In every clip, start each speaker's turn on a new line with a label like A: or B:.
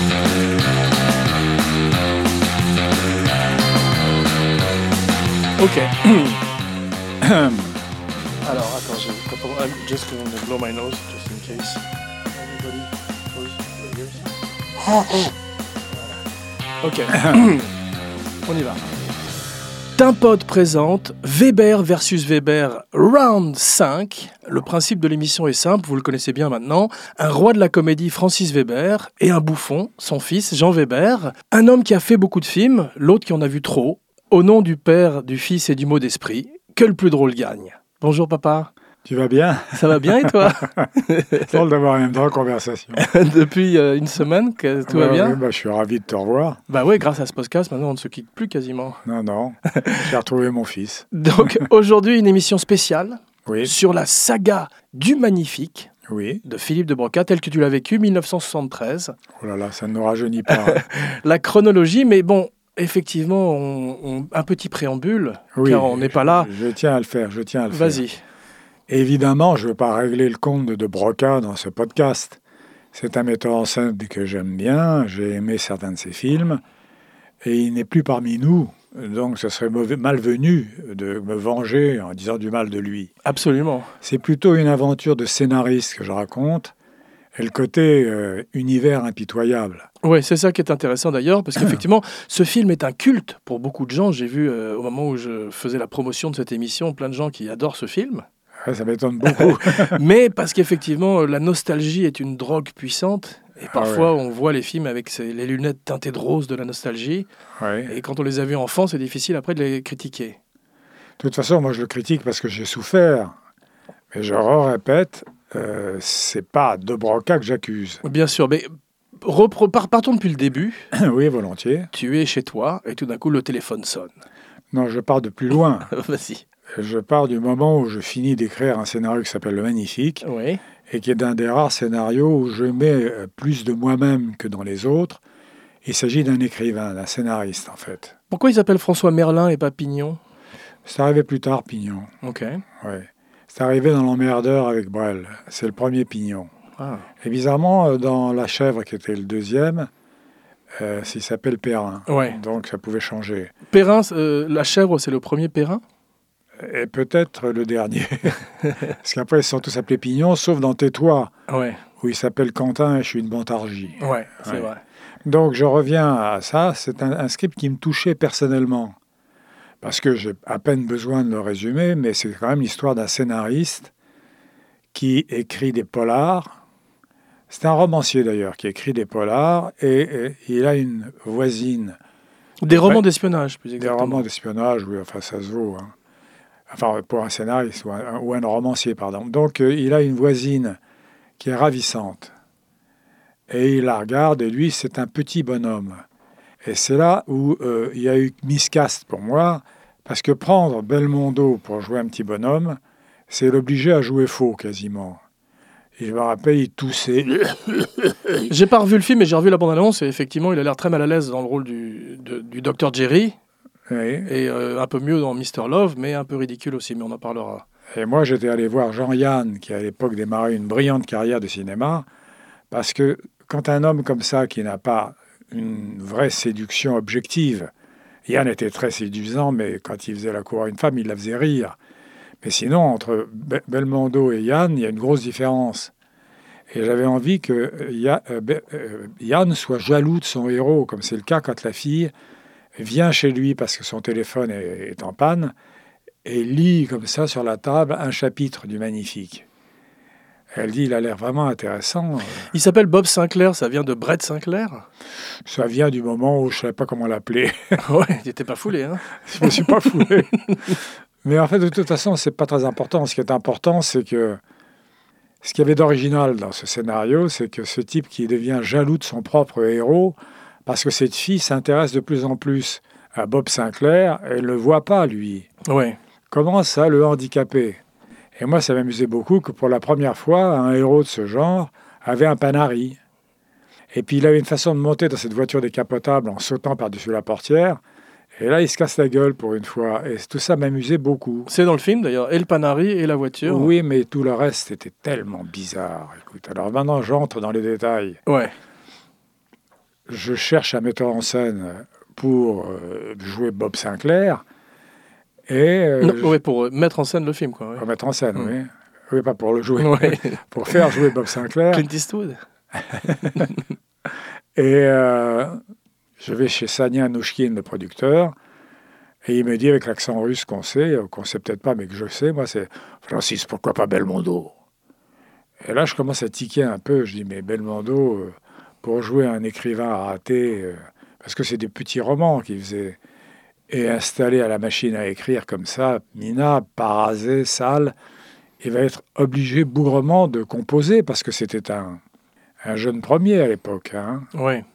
A: Ok. Alors, attends, j'ai oh, I'm just going to blow my nose just in case. Everybody close your ears. Ok. On y va. Timpod présente Weber versus Weber Round 5. Le principe de l'émission est simple, vous le connaissez bien maintenant. Un roi de la comédie, Francis Weber, et un bouffon, son fils, Jean Weber. Un homme qui a fait beaucoup de films, l'autre qui en a vu trop. Au nom du père, du fils et du mot d'esprit, que le plus drôle gagne. Bonjour papa,
B: Tu vas bien
A: ça va bien et toi
B: Drôle d'avoir en même temps conversation.
A: Depuis euh, une semaine, que tout va
B: Ouais, ouais,
A: bien
B: bah, je suis ravi de te revoir.
A: Bah ouais, grâce à ce podcast, maintenant on ne se quitte plus quasiment.
B: Non, non. J'ai retrouvé mon fils.
A: Donc aujourd'hui, une émission spéciale
B: Oui,
A: sur la saga du Magnifique
B: oui.
A: de Philippe de Broca, tel que tu l'as vécu, 1973.
B: Oh là là, ça ne nous rajeunit pas. hein.
A: La chronologie, mais bon, effectivement, on- on- un petit préambule,
B: Oui,
A: car on n'est pas là.
B: Je tiens à le faire, je tiens à le faire.
A: Vas-y.
B: Évidemment, je ne veux pas régler le compte de De Broca dans ce podcast. C'est un metteur en scène que j'aime bien, j'ai aimé certains de ses films, et il n'est plus parmi nous, donc ce serait mauvais- malvenu de me venger en disant du mal de lui.
A: Absolument.
B: C'est plutôt une aventure de scénariste que je raconte, et le côté euh, univers impitoyable.
A: Oui, c'est ça qui est intéressant d'ailleurs, parce qu'effectivement, ce film est un culte pour beaucoup de gens. J'ai vu euh, au moment où je faisais la promotion de cette émission, plein de gens qui adorent ce film.
B: Ouais, ça m'étonne beaucoup.
A: Mais parce qu'effectivement, euh, la nostalgie est une drogue puissante. Et parfois, on voit les films avec ces- les lunettes teintées de rose de la nostalgie.
B: Ouais.
A: Et quand on les a vus enfants, c'est difficile après de les critiquer.
B: De toute façon, moi, je le critique parce que j'ai souffert. Mais je répète, euh, c'est pas De Broca que j'accuse.
A: Bien sûr, mais repro- par- partons depuis le début.
B: oui, volontiers.
A: Tu es chez toi et tout d'un coup, le téléphone sonne.
B: Non, je pars de plus loin.
A: Vas-y.
B: Je pars du moment où je finis d'écrire un scénario qui s'appelle Le Magnifique
A: Oui.
B: et qui est un des rares scénarios où je mets euh, plus de moi-même que dans les autres. Il s'agit d'un écrivain, d'un scénariste en fait.
A: Pourquoi ils appellent François Merlin et pas Pignon
B: C'est arrivé plus tard, Pignon.
A: Ok.
B: Ouais. C'est arrivé dans L'emmerdeur avec Brel. C'est le premier Pignon.
A: Ah.
B: Et bizarrement, euh, dans La chèvre qui était le deuxième, euh, il s'appelle Perrin.
A: Ouais.
B: Donc ça pouvait changer.
A: Perrin, euh, la chèvre, c'est le premier Perrin
B: Et peut-être le dernier. Parce qu'après, ils se sont tous appelés Pignon, sauf dans Tais-toi.
A: Ouais,
B: où il s'appelle Quentin et je suis une bantargie.
A: ouais, c'est
B: Ouais.
A: vrai.
B: Donc je reviens à ça, c'est un, un script qui me touchait personnellement. Parce que j'ai à peine besoin de le résumer, mais c'est quand même l'histoire d'un scénariste qui écrit des polars. C'est un romancier d'ailleurs qui écrit des polars et, et il a une voisine
A: Des romans
B: Ouais.
A: d'espionnage, plus
B: des
A: exactement.
B: romans d'espionnage, oui, enfin ça se vaut. hein. Enfin, pour un scénariste ou un, ou un romancier, pardon. Donc, euh, il a une voisine qui est ravissante. Et il la regarde, et lui, c'est un petit bonhomme. Et c'est là où euh, il y a eu miscast pour moi, parce que prendre Belmondo pour jouer un petit bonhomme, c'est l'obliger à jouer faux quasiment. Et je me rappelle, il toussait.
A: J'ai pas revu le film, mais j'ai revu la bande-annonce et effectivement, il a l'air très mal à l'aise dans le rôle du, de- du docteur Jerry
B: Oui.
A: et euh, un peu mieux dans Mr. Love, mais un peu ridicule aussi, mais on en parlera.
B: Et moi, j'étais allé voir Jean-Yann, qui à l'époque démarrait une brillante carrière de cinéma, parce que quand un homme comme ça, qui n'a pas une vraie séduction objective, Yann était très séduisant, mais quand il faisait la cour à une femme, il la faisait rire. Mais sinon, entre Be- Belmondo et Yann, il y a une grosse différence. Et j'avais envie que euh, Ya- euh, Be- euh, Yann soit jaloux de son héros, comme c'est le cas quand la fille vient chez lui parce que son téléphone est- est en panne et lit comme ça sur la table un chapitre du Magnifique. Elle dit, il a l'air vraiment intéressant. euh,
A: Il s'appelle Bob Sinclair, ça vient de Brett Sinclair.
B: Ça vient du moment où je ne savais pas comment l'appeler.
A: ouais, il était pas foulé, hein.
B: Je me suis pas foulé. Mais en fait, de toute façon, c'est pas très important. Ce qui est important, c'est que ce qu'il y avait d'original dans ce scénario, c'est que ce type qui devient jaloux de son propre héros, parce que cette fille s'intéresse de plus en plus à Bob Sinclair, elle ne le voit pas, lui.
A: Ouais.
B: commence à le handicaper. Et moi, ça m'amusait beaucoup que pour la première fois, un héros de ce genre avait un panari. Et puis il avait une façon de monter dans cette voiture décapotable en sautant par-dessus la portière. Et là, il se casse la gueule pour une fois. Et tout ça m'amusait beaucoup.
A: C'est dans le film d'ailleurs, et le panari et la voiture.
B: Oui, mais tout le reste était tellement bizarre. Écoute, alors maintenant, j'entre dans les détails.
A: Ouais.
B: je cherche un metteur en scène pour euh, jouer Bob Sinclair. Et euh,
A: Non,
B: je-
A: ouais, pour euh, mettre en scène le film, quoi. ouais.
B: pour mettre en scène,
A: Mm.
B: oui. Oui, pas pour le jouer,
A: Ouais.
B: pour faire jouer Bob Sinclair.
A: Clint Eastwood.
B: Et euh, je vais chez Sania Nouchkine, le producteur, et il me dit avec l'accent russe qu'on sait, euh, qu'on sait peut-être pas, mais que je sais, moi, c'est Francis, pourquoi pas Belmondo Et là, je commence à tiquer un peu. Je dis, mais Belmondo, euh, pour jouer un écrivain raté, euh, parce que c'est des petits romans qu'il faisait, et installé à la machine à écrire comme ça, minable, parasé, sale, il va être obligé bougrement de composer, parce que c'était un, un jeune premier à l'époque. hein.
A: Ouais.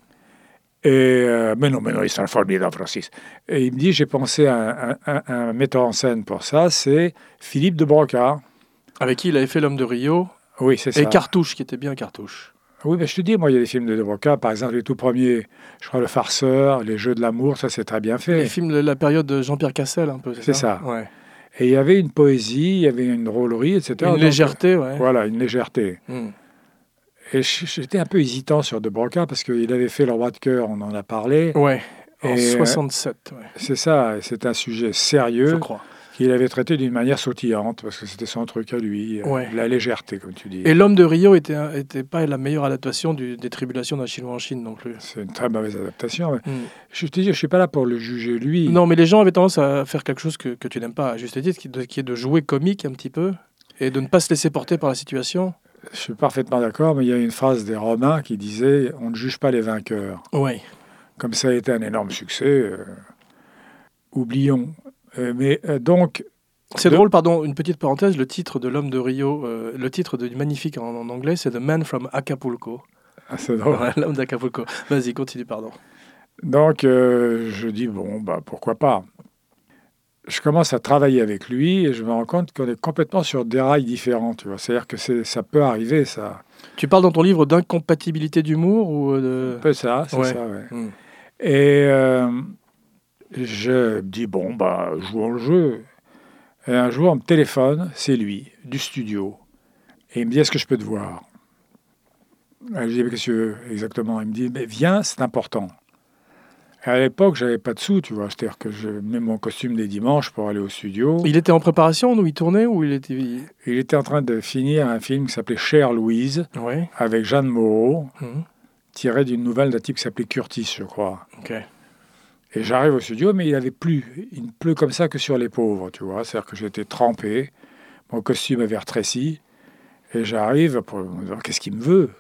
B: Et euh, mais non, mais non, ils sont formidables, Francis. Et il me dit, j'ai pensé à un, un- un- un metteur en scène pour ça, c'est Philippe de Broca.
A: Avec qui il avait fait L'homme de Rio
B: Oui, c'est ça.
A: et Cartouche, qui était bien Cartouche.
B: Oui, mais je te dis, moi, il y a des films de de Broca, par exemple, les tout premiers, je crois, Le Farceur, Les Jeux de l'amour, ça, c'est très bien
A: Les
B: fait.
A: films de la période de Jean-Pierre Cassel, un peu.
B: C'est ça.
A: Ouais.
B: Et il y avait une poésie, il y avait une drôlerie, etc.
A: Une
B: Donc,
A: légèreté, ouais.
B: Voilà, une légèreté.
A: Mm.
B: Et j- j'étais un peu hésitant sur De Broca, parce qu'il avait fait Le Roi de cœur, on en a parlé.
A: Ouais. En
B: Et, euh,
A: 67, ouais,
B: C'est ça, et c'est un sujet
A: je
B: sérieux.
A: crois.
B: qu'il avait traité d'une manière sautillante, parce que c'était son truc à lui, euh,
A: Ouais.
B: la légèreté, comme tu dis.
A: Et l'homme de Rio était, un- était pas la meilleure adaptation du- des tribulations d'un Chinois en Chine non plus.
B: C'est une très mauvaise adaptation. mais
A: Mm.
B: Je te dis, je suis pas là pour le juger lui.
A: Non, mais les gens avaient tendance à faire quelque chose que, que tu n'aimes pas, à juste titre, qui, de- qui est de jouer comique un petit peu et de ne pas se laisser porter par la situation.
B: Je suis parfaitement d'accord, mais il y a une phrase des Romains qui disait On ne juge pas les vainqueurs.
A: Oui.
B: Comme ça a été un énorme succès, euh, oublions. Euh, mais euh, donc,
A: C'est
B: Le-
A: drôle, pardon, une petite parenthèse, le titre de l'homme de Rio, euh, le titre de, du magnifique en, en anglais, c'est The Man from Acapulco.
B: ah, c'est drôle.
A: Ouais, L'homme d'Acapulco. Vas-y, continue, pardon.
B: Donc, euh, je dis Bon, bah, pourquoi pas je commence à travailler avec lui et je me rends compte qu'on est complètement sur des rails différents, tu vois. C'est-à-dire que c'est- ça peut arriver, ça.
A: Tu parles dans ton livre d'incompatibilité d'humour ou euh,
B: Un
A: de...
B: peu ça, c'est
A: Ouais.
B: ça, ouais.
A: Mm.
B: Et euh, je me dis, bon, bah, jouons le jeu. Et un jour, on me téléphone, c'est lui, du studio. Et il me dit, est-ce que je peux te voir Et Je dis, mais qu'est-ce que tu veux exactement Il me dit, mais viens, c'est important. Et à l'époque, j'avais pas de sous, tu vois. C'est-à-dire que je mets mon costume des dimanches pour aller au studio.
A: Il était en préparation, nous, il tournait ou il était... il-
B: Il était en train de finir un film qui s'appelait Cher Louise,
A: Ouais.
B: avec Jeanne Moreau,
A: Mhm.
B: tiré d'une nouvelle d'un type qui s'appelait Curtis, je crois.
A: Ok.
B: Et j'arrive au studio, mais il avait plu. Il ne pleut comme ça que sur les pauvres, tu vois. C'est-à-dire que j'étais trempé, mon costume avait rétréci, et j'arrive pour me dire qu'est-ce qu'il me veut.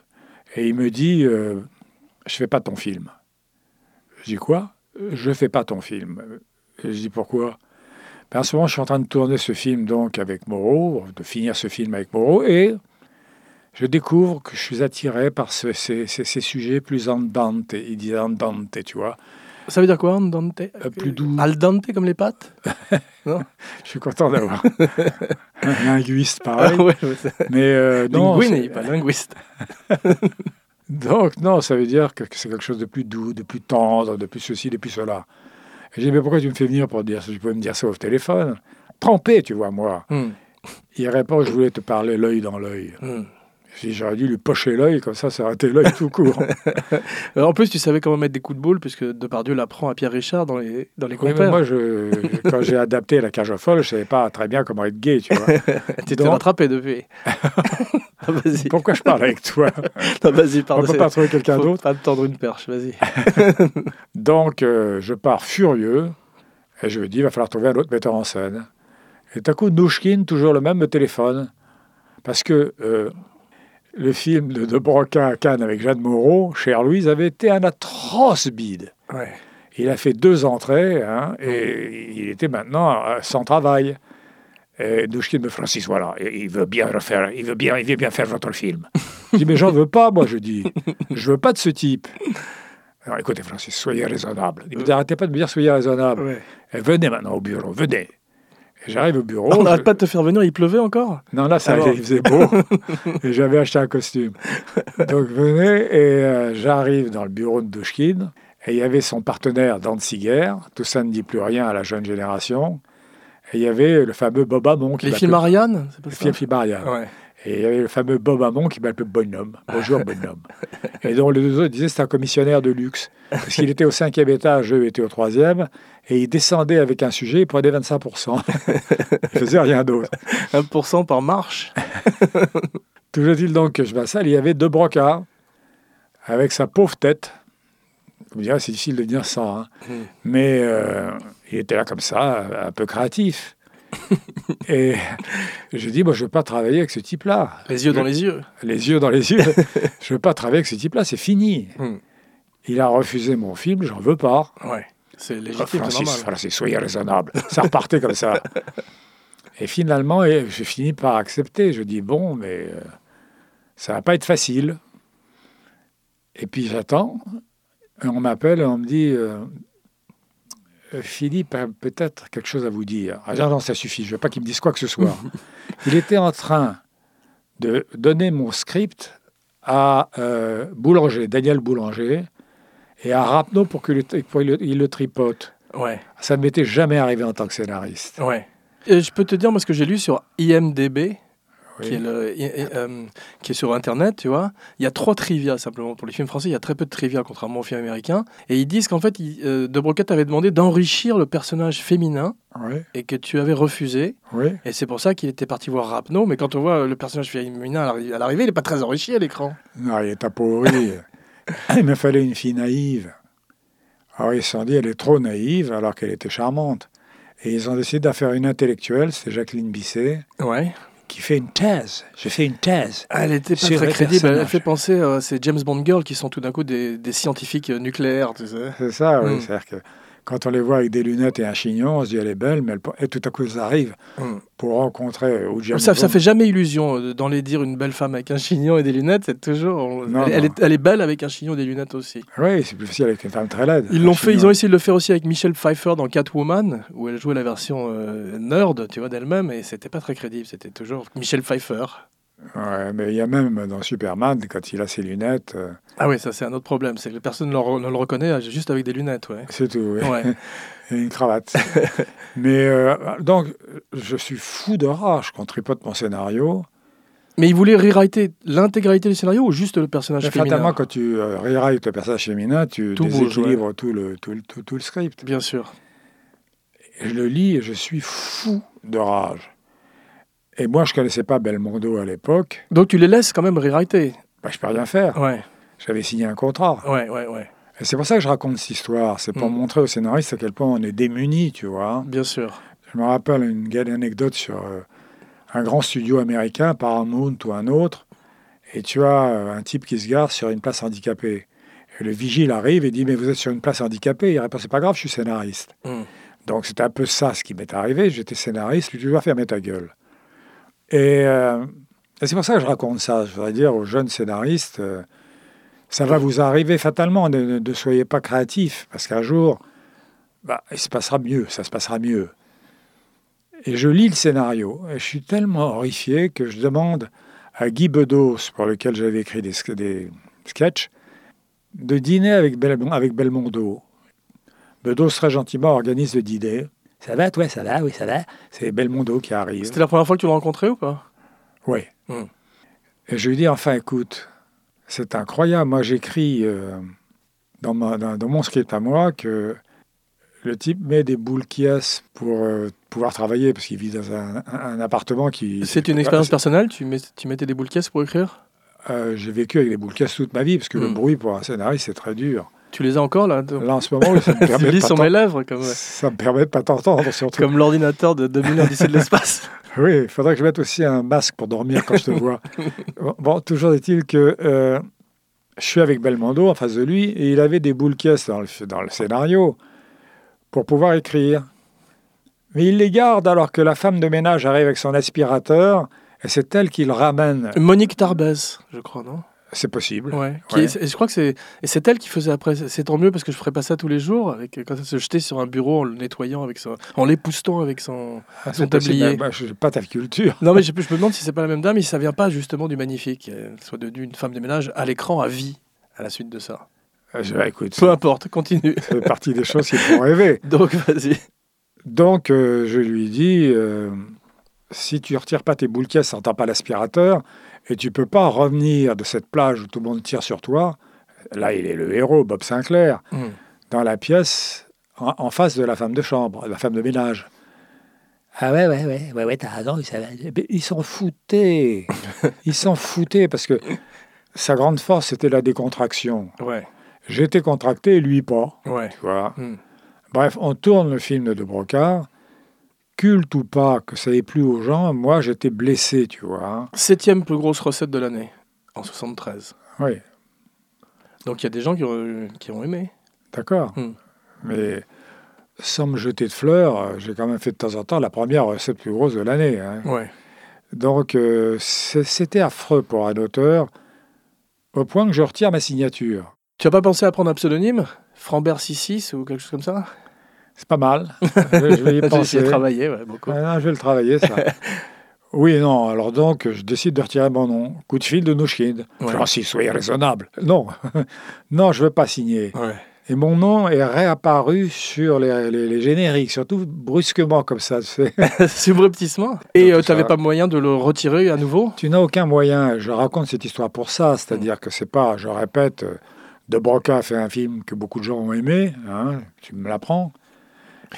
B: Et il me dit, euh, je fais pas ton film. Je dis quoi Je fais pas ton film. Et je dis pourquoi ben, En ce moment, je suis en train de tourner ce film donc avec Moreau, de finir ce film avec Moreau, et je découvre que je suis attiré par ce- ces, ces- ces sujets plus andante. Il dit andante, tu vois. Euh,
A: Ça veut dire quoi, andante
B: plus doux.
A: Al dente comme les pâtes
B: Je suis content d'avoir un linguiste pareil.
A: Ah ouais, ouais, c'est-
B: Mais euh, non,
A: Linguine,
B: c'est-
A: pas linguiste.
B: donc non, ça veut dire que que c'est quelque chose de plus doux, de plus tendre, de plus ceci, de plus cela. Et j'ai dit, mais pourquoi tu me fais venir pour dire ça Tu pouvais me dire ça au téléphone. Trempé, tu vois, moi.
A: Hmm,
B: Il répond, je voulais te parler l'œil dans l'œil.
A: hmm.
B: J'ai dit, J'aurais dû lui pocher l'œil, comme ça, ça aurait été l'œil tout court.
A: Euh, En plus, tu savais comment mettre des coups de boule, puisque Depardieu l'apprend à Pierre Richard dans les, dans les
B: Oui, mais
A: compères.
B: moi, je, quand j'ai adapté La cage aux folles, je savais pas très bien comment être gay, tu vois.
A: tu t'es
B: donc-
A: rattrapé depuis. Ah, vas-y,
B: Pourquoi je parle avec toi
A: Ah, vas-y,
B: On
A: pardon.
B: peut
A: c'est-
B: pas trouver quelqu'un
A: faut
B: d'autre
A: pas me tendre une perche, vas-y.
B: Donc, euh, je pars furieux et je me dis, il va falloir trouver un autre metteur en scène. Et tout à coup, Nouchkine, toujours le même, me téléphone. Parce que euh, le film de, de Broca à Cannes avec Jeanne Moreau, Cher Louise, avait été un atroce bide.
A: Ouais.
B: Il a fait deux entrées hein, et il était maintenant euh, sans travail. Et Nouchkine me dit, Francis, voilà, il veut bien refaire, il veut bien, il veut bien faire votre film. je dis, mais j'en veux pas, moi, je dis. Je veux pas de ce type. Alors écoutez, Francis, soyez raisonnable. Il me dit, arrêtez pas de me dire soyez raisonnable. Et venez maintenant au bureau, venez. Et j'arrive au bureau.
A: On
B: je-
A: n'arrête pas de te faire venir, il pleuvait encore
B: Non, là, ça
A: Ah bon.
B: allait, il faisait beau. et j'avais acheté un costume. Donc venez, et euh, j'arrive dans le bureau de Douchkine. Et il y avait son partenaire Danziger. Tout ça ne dit plus rien à la jeune génération. Et il y avait le fameux Bob Amon. qui
A: Les
B: m'a
A: films
B: tout-
A: Ariane C'est pas
B: Le
A: ça
B: film Fibaria.
A: Ouais.
B: Et il y avait le fameux Bob Hamon qui m'appelait Bonhomme. Bonjour Bonhomme. et donc les deux autres disaient c'est un commissionnaire de luxe. Parce qu'il était au cinquième étage, eux étaient au troisième. Et il descendait avec un sujet, il prenait 25%. il faisait rien d'autre.
A: 1% par marche.
B: Toujours est-il donc que je m'installe, il y avait deux brocards avec sa pauvre tête. Vous me direz, c'est difficile de dire ça. hein.
A: Mm.
B: Mais euh, il était là comme ça, un peu créatif. et je dis, moi, je ne veux pas travailler avec ce type-là.
A: Les yeux dans les yeux.
B: les yeux dans les yeux. je veux pas travailler avec ce type-là, c'est fini.
A: Hmm.
B: Il a refusé mon film, j'en veux pas.
A: Ouais. C'est
B: Ah,
A: légitime, c'est
B: Francis,
A: normal.
B: Francis, soyez raisonnable. Ça repartait comme ça. Et finalement, et j'ai fini par accepter. Je dis bon, mais euh, ça va pas être facile. Et puis j'attends. Et On m'appelle et on me dit euh, Euh, Philippe a peut-être quelque chose à vous dire. Ah non, non, ça suffit. Je veux pas qu'il me dise quoi que ce soit. Il était en train de donner mon script à euh, Boulanger, Daniel Boulanger, et à Rapneau pour qu'il le- pour qu'il le- il le tripote.
A: Ouais,
B: Ça ne m'était jamais arrivé en tant que scénariste.
A: ouais. Et je peux te dire, moi, ce que j'ai lu sur IMDB,
B: Oui.
A: qui, est le- i- i- euh, qui est sur Internet, tu vois, il y a trois trivia simplement. Pour les films français, il y a très peu de trivia, contrairement aux films américains. Et ils disent qu'en fait, il- euh, De Broca t'avait demandé d'enrichir le personnage féminin
B: Oui,
A: et que tu avais refusé.
B: oui.
A: Et c'est pour ça qu'il était parti voir Rapno. Mais quand on voit le personnage féminin à l'arri- à l'arrivée, il n'est pas très enrichi à l'écran.
B: Non, il est appauvri. il me fallait une fille naïve. Alors ils se sont dit, elle est trop naïve alors qu'elle était charmante. Et ils ont décidé d'en faire une intellectuelle, c'est Jacqueline Bisset,
A: Ouais.
B: qui fait une thèse. J'ai fait une thèse.
A: Ah, Elle était pas
B: Sur
A: très
B: les
A: crédible. Elle
B: personnages.
A: fait penser euh, à ces James Bond girls qui sont tout d'un coup des, des scientifiques euh, nucléaires, tu sais.
B: C'est ça, oui.
A: Mm.
B: C'est-à-dire que quand on les voit avec des lunettes et un chignon, on se dit, elle est belle, mais elle... et tout à coup, ils arrivent
A: Mm.
B: pour rencontrer. Ou James
A: Ah, Ça, ça
B: Bond.
A: fait jamais illusion euh, d'en les dire une belle femme avec un chignon et des lunettes. C'est toujours. on-
B: Non,
A: elle,
B: non.
A: elle est, elle est belle avec un chignon et des lunettes aussi.
B: Oui, c'est plus facile avec une femme très laide.
A: Ils l'ont fait.
B: Chignon.
A: Ils ont essayé de le faire aussi avec Michelle Pfeiffer dans Catwoman, où elle jouait la version euh, nerd, tu vois, d'elle-même, et c'était pas très crédible. C'était toujours Michelle Pfeiffer.
B: Ouais, mais il y a même dans Superman, quand il a ses lunettes, euh,
A: Ah oui, ça c'est un autre problème. C'est que personne ne le, re- ne le reconnaît euh, juste avec des lunettes, ouais.
B: c'est tout. oui.
A: Ouais.
B: et une cravate. Mais euh, donc, je suis fou de rage quand tripote mon scénario.
A: Mais ils voulaient rewriter l'intégralité du scénario ou juste le personnage
B: Mais
A: féminin
B: Fatalement, quand tu euh, rewrites le personnage féminin, tu
A: Tout bouge,
B: déséquilibres tout, le, tout, le- tout- tout le script.
A: Bien sûr.
B: Et je le lis et je suis fou de rage. Et moi, je connaissais pas Belmondo à l'époque.
A: Donc tu les laisses quand même rewriter.
B: Bah, je peux rien faire.
A: Ouais,
B: J'avais signé un contrat.
A: ouais, ouais, ouais.
B: Et c'est pour ça que je raconte cette histoire. C'est pour
A: Mm.
B: montrer aux scénaristes à quel point on est démunis, tu vois.
A: Bien sûr.
B: Je me rappelle une gale anecdote sur euh, un grand studio américain, Paramount ou un autre, et tu as euh, un type qui se gare sur une place handicapée. Et le vigile arrive et dit Mais vous êtes sur une place handicapée Il répond C'est pas grave, je suis scénariste.
A: Mm.
B: Donc c'est un peu ça ce qui m'est arrivé. J'étais scénariste, lui, tu dois fermer ta gueule. Et, euh, et c'est pour ça que je raconte ça. Je voudrais dire aux jeunes scénaristes euh, Ça va vous arriver fatalement, ne, ne- ne soyez pas créatifs, parce qu'un jour, bah, il se passera mieux, ça se passera mieux. Et je lis le scénario. Et je suis tellement horrifié que je demande à Guy Bedos, pour lequel j'avais écrit des, sk- des sketchs, de dîner avec, Bel- avec Belmondo. Bedos très gentiment organise le dîner. Ça va, toi, ça va, oui, ça va. C'est Belmondo qui arrive.
A: C'était la première fois que tu l'as rencontré ou pas
B: Oui.
A: Hmm.
B: Et je lui dis, enfin, écoute, c'est incroyable. Moi, j'écris euh, dans, ma- dans- dans mon script à moi que le type met des boules qui pour euh, pouvoir travailler, parce qu'il vit dans un, un- un appartement qui...
A: C'est une expérience personnelle tu, mets- tu mettais des boules caisses pour écrire
B: Euh, J'ai vécu avec des boules toute ma vie, parce que le
A: Hmm.
B: bruit pour un scénariste, c'est très dur.
A: Tu les as encore là
B: Là, en ce moment, ça me
A: Tu
B: permet de
A: lis
B: pas
A: sur
B: t'en-
A: mes lèvres comme,
B: ça me permet de pas t'entendre, surtout.
A: comme l'ordinateur de 2010 de l'espace.
B: Ah Oui, il faudrait que je mette aussi un masque pour dormir quand je te vois. bon, bon, toujours est-il que euh, je suis avec Belmondo en face de lui et il avait des boules caisses dans le, dans le scénario pour pouvoir écrire. Mais il les garde alors que la femme de ménage arrive avec son aspirateur et c'est elle qui le ramène.
A: Monique Tarbès, je crois, non
B: C'est possible.
A: Ouais. Qui
B: Ouais.
A: est- et je crois que c'est et c'est elle qui faisait après. C'est tant mieux parce que je ferais pas ça tous les jours avec quand elle se jetait sur un bureau en le nettoyant avec son, en l'époustant avec son.
B: Ah,
A: Son
B: c'est possible.
A: tablier.
B: Bah, je n'ai pas ta culture.
A: Non mais je, je me demande si c'est pas la même dame. Mais ça vient pas justement du magnifique. Elle soit devenue une femme de ménage à l'écran à vie à la suite de ça.
B: Ah, Je, bah, écoute,
A: Peu importe, continue.
B: ça fait partie des choses qui font rêver.
A: Donc vas-y.
B: Donc, euh, je lui dis, euh, si tu retires pas tes boules caisses, ça n'entend pas l'aspirateur, et tu peux pas revenir de cette plage où tout le monde tire sur toi. Là, il est le héros, Bob Sinclair,
A: Mm.
B: dans la pièce en, en face de la femme de chambre, la femme de ménage. Ah ouais, ouais, ouais, ouais, ouais, t'as raison. ils savaient- mais Ils s'en foutaient. Ils s'en foutaient parce que sa grande force, c'était la décontraction.
A: Ouais,
B: J'étais contracté, lui pas.
A: ouais.
B: Tu vois.
A: Mm.
B: Bref, on tourne le film de De Brocard. Culte ou pas, que ça ait plu aux gens, moi j'étais blessé, tu vois.
A: Septième plus grosse recette de l'année, en 73.
B: Oui,
A: Donc il y a des gens qui ont, qui ont aimé.
B: d'accord.
A: Mm.
B: Mais sans me jeter de fleurs, euh, j'ai quand même fait de temps en temps la première recette plus grosse de l'année. hein.
A: Ouais.
B: Donc euh, c'est- c'était affreux pour un auteur, au point que je retire ma signature.
A: Tu as pas pensé à prendre un pseudonyme Frambert 66 ou quelque chose comme ça Ah,
B: C'est pas mal. je vais y
A: J'ai essayé
B: penser.
A: de travailler, ouais, beaucoup.
B: Ah non, je vais le travailler, ça. oui et non. Alors donc, je décide de retirer mon nom. Coup de fil de Nouchkid.
A: Ouais.
B: Francis, soyez raisonnable. Non, non, je veux pas signer.
A: Ouais.
B: Et mon nom est réapparu sur les, les- les génériques, surtout brusquement comme ça. tu sais.
A: Subrepticement. Et
B: Tout
A: tu t'avais
B: ça.
A: pas moyen de le retirer à nouveau
B: tu n'as aucun moyen. Je raconte cette histoire pour ça, c'est-à-dire que c'est pas, je répète, euh, De Broca a fait un film que beaucoup de gens ont aimé. hein, tu me l'apprends.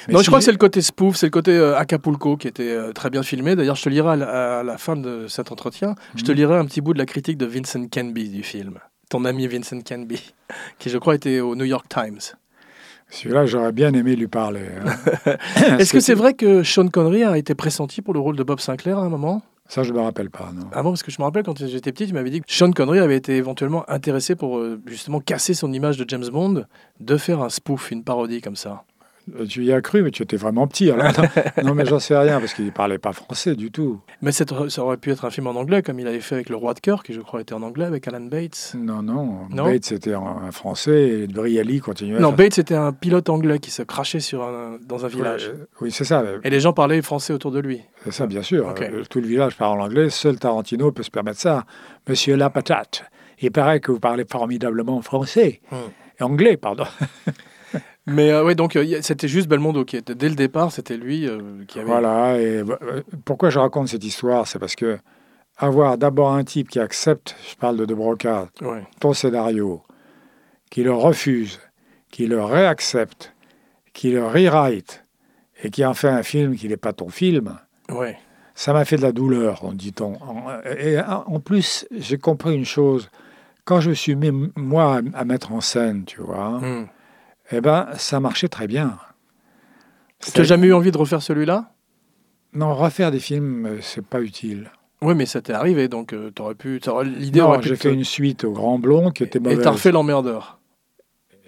B: Mais
A: Non,
B: si
A: je crois que
B: j'ai-
A: c'est le côté spoof, c'est le côté euh, Acapulco qui était euh, très bien filmé. D'ailleurs, je te lirai à la, à la fin de cet entretien, je te
B: Mhm.
A: lirai un petit bout de la critique de Vincent Canby du film. Ton ami Vincent Canby, qui je crois était au New York Times.
B: Celui-là, j'aurais bien aimé lui parler. hein.
A: Est-ce que c'est vrai que Sean Connery a été pressenti pour le rôle de Bob Sinclair à un moment
B: Ça, je me rappelle pas, non.
A: Avant, parce que je me rappelle quand j'étais petit, tu m'avais dit que Sean Connery avait été éventuellement intéressé pour euh, justement casser son image de James Bond, de faire un spoof, une parodie comme ça.
B: Euh, Tu y as cru, mais tu étais vraiment petit. Alors. Non, non, mais j'en sais rien, parce qu'il ne parlait pas français du tout.
A: Mais cette- ça aurait pu être un film en anglais, comme il avait fait avec Le Roi de Cœur, qui je crois était en anglais, avec Alan Bates.
B: Non, non.
A: Non.
B: Bates était en, en français et Briali continuait.
A: Non,
B: à faire-
A: Bates c'était un pilote anglais qui se crachait sur un- dans un village.
B: Euh, Oui, c'est ça. euh,
A: Et les gens parlaient français autour de lui.
B: C'est ça, bien sûr.
A: Ok.
B: Euh, Tout le village parle anglais. Seul Tarantino peut se permettre ça. Monsieur la patate, il paraît que vous parlez formidablement français.
A: Hmm. Ah
B: Anglais, pardon.
A: Mais euh, ouais, donc euh, y a- c'était juste Belmondo qui était. Dès le départ, c'était lui euh, qui avait.
B: Voilà. Et euh, pourquoi je raconte cette histoire C'est parce que avoir d'abord un type qui accepte, je parle de De Broca,
A: Ouais.
B: ton scénario, qui le refuse, qui le réaccepte, qui le rewrite, et qui en fait un film qui n'est pas ton film,
A: Ouais.
B: ça m'a fait de la douleur, on dit-on. En- Et en plus, j'ai compris une chose. Quand je me suis mis, moi, à mettre en scène, tu vois,
A: Hmm.
B: eh ben, ça marchait très bien.
A: Tu n'as
B: C'est-
A: jamais eu envie de refaire celui-là
B: Non, refaire des films, euh, c'est pas utile.
A: Oui, mais ça t'est arrivé, donc euh, t'aurais pu. t'aurais- L'idée aurait
B: Non,
A: pu.
B: j'ai
A: te-
B: fait une suite au Grand Blond qui était
A: Et
B: mauvaise.
A: t'as refait l'emmerdeur.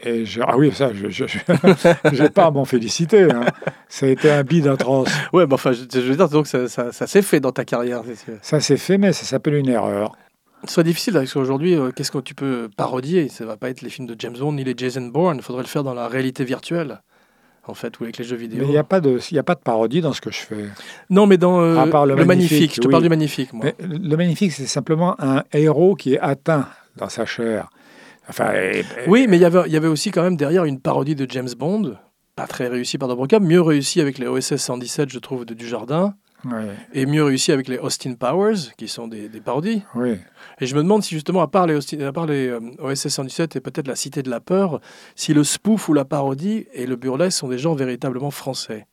B: Et je- ah oui, ça, je n'ai pas à m'en féliciter. hein. Ça a été un bide atroce.
A: Ouais, bah, enfin, je, je veux dire, donc ça, ça- ça s'est fait dans ta carrière. c'est sûr.
B: Ça s'est fait, mais ça s'appelle une erreur.
A: Ce serait difficile parce qu'aujourd'hui, euh, qu'est-ce que tu peux parodier Ça va pas être les films de James Bond ni les Jason Bourne. Il faudrait le faire dans la réalité virtuelle, en fait, ou avec les jeux
B: Mais
A: vidéo.
B: il n'y a, pas de- il y a pas de parodie dans ce que je fais.
A: Non, mais dans euh,
B: À part
A: le,
B: le
A: magnifique,
B: Magnifique,
A: Je te parle du
B: oui.
A: magnifique, moi.
B: Mais le magnifique, c'est simplement un héros qui est atteint dans sa chair. Enfin, et- et-
A: Oui, mais il y avait- il y avait aussi quand même derrière une parodie de James Bond, pas très réussie par Dobroca, mieux réussie avec les OSS 117, je trouve, de Dujardin,
B: ouais,
A: et mieux réussie avec les Austin Powers, qui sont des, des parodies.
B: oui.
A: Et je me demande si justement, à part les, Austin- à part les euh, OSS 117 et peut-être la Cité de la Peur, si le spoof ou la parodie et le burlesque sont des gens véritablement français.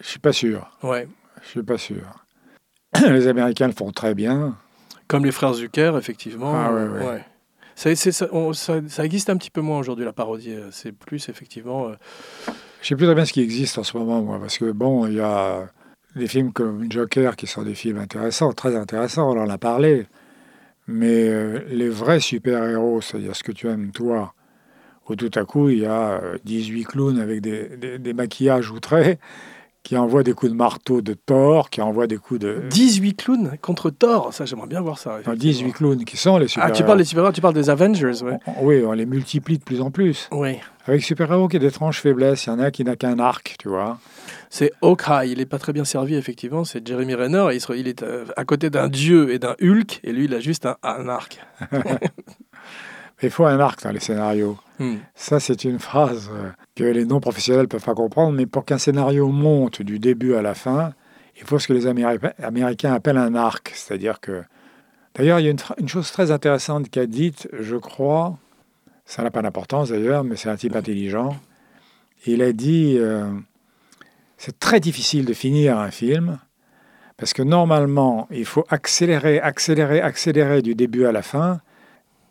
B: Je suis pas sûr.
A: Ouais.
B: Je suis pas sûr. Les Américains le font très bien.
A: Comme les frères Zucker, effectivement.
B: Ah, ouais, ouais.
A: Ça, c'est- ça- on- ça- ça existe un petit peu moins aujourd'hui, la parodie. euh, C'est plus, effectivement... euh,
B: Je sais plus très bien ce qui existe en ce moment, moi, parce que bon, il y a des films comme Joker qui sont des films intéressants, très intéressants. On en a parlé. Mais euh, les vrais super-héros, c'est-à-dire ce que tu aimes toi, où tout à coup il y a euh, 18 clowns avec des, des- des maquillages outrés, qui envoient des coups de marteau de Thor, qui envoient des coups de...
A: 18 clowns contre Thor, ça j'aimerais bien voir ça.
B: Enfin,
A: effectivement.
B: 18 Ah, clowns qui sont les
A: Ah,
B: super-héros.
A: tu parles des super-héros, tu parles des Avengers, ouais.
B: On- on- oui, on les multiplie de plus en plus.
A: Oui.
B: Avec super-héros qui a d'étranges faiblesses, il y en a qui n'a qu'un arc, tu vois.
A: C'est Hawkeye, il est pas très bien servi, effectivement. C'est Jeremy Renner, il, se- il est euh, à côté d'un dieu et d'un Hulk, et lui, il a juste un, un arc.
B: Il faut un arc dans les scénarios.
A: Hmm.
B: Ça, c'est une phrase euh, que les non-professionnels peuvent pas comprendre, mais pour qu'un scénario monte du début à la fin, il faut ce que les Améri- Américains appellent un arc. C'est-à-dire que. D'ailleurs, il y a une, tra- une chose très intéressante qu'a dite, je crois, ça n'a pas d'importance d'ailleurs, mais c'est un type intelligent. Il a dit euh, c'est très difficile de finir un film parce que normalement, il faut accélérer, accélérer, accélérer du début à la fin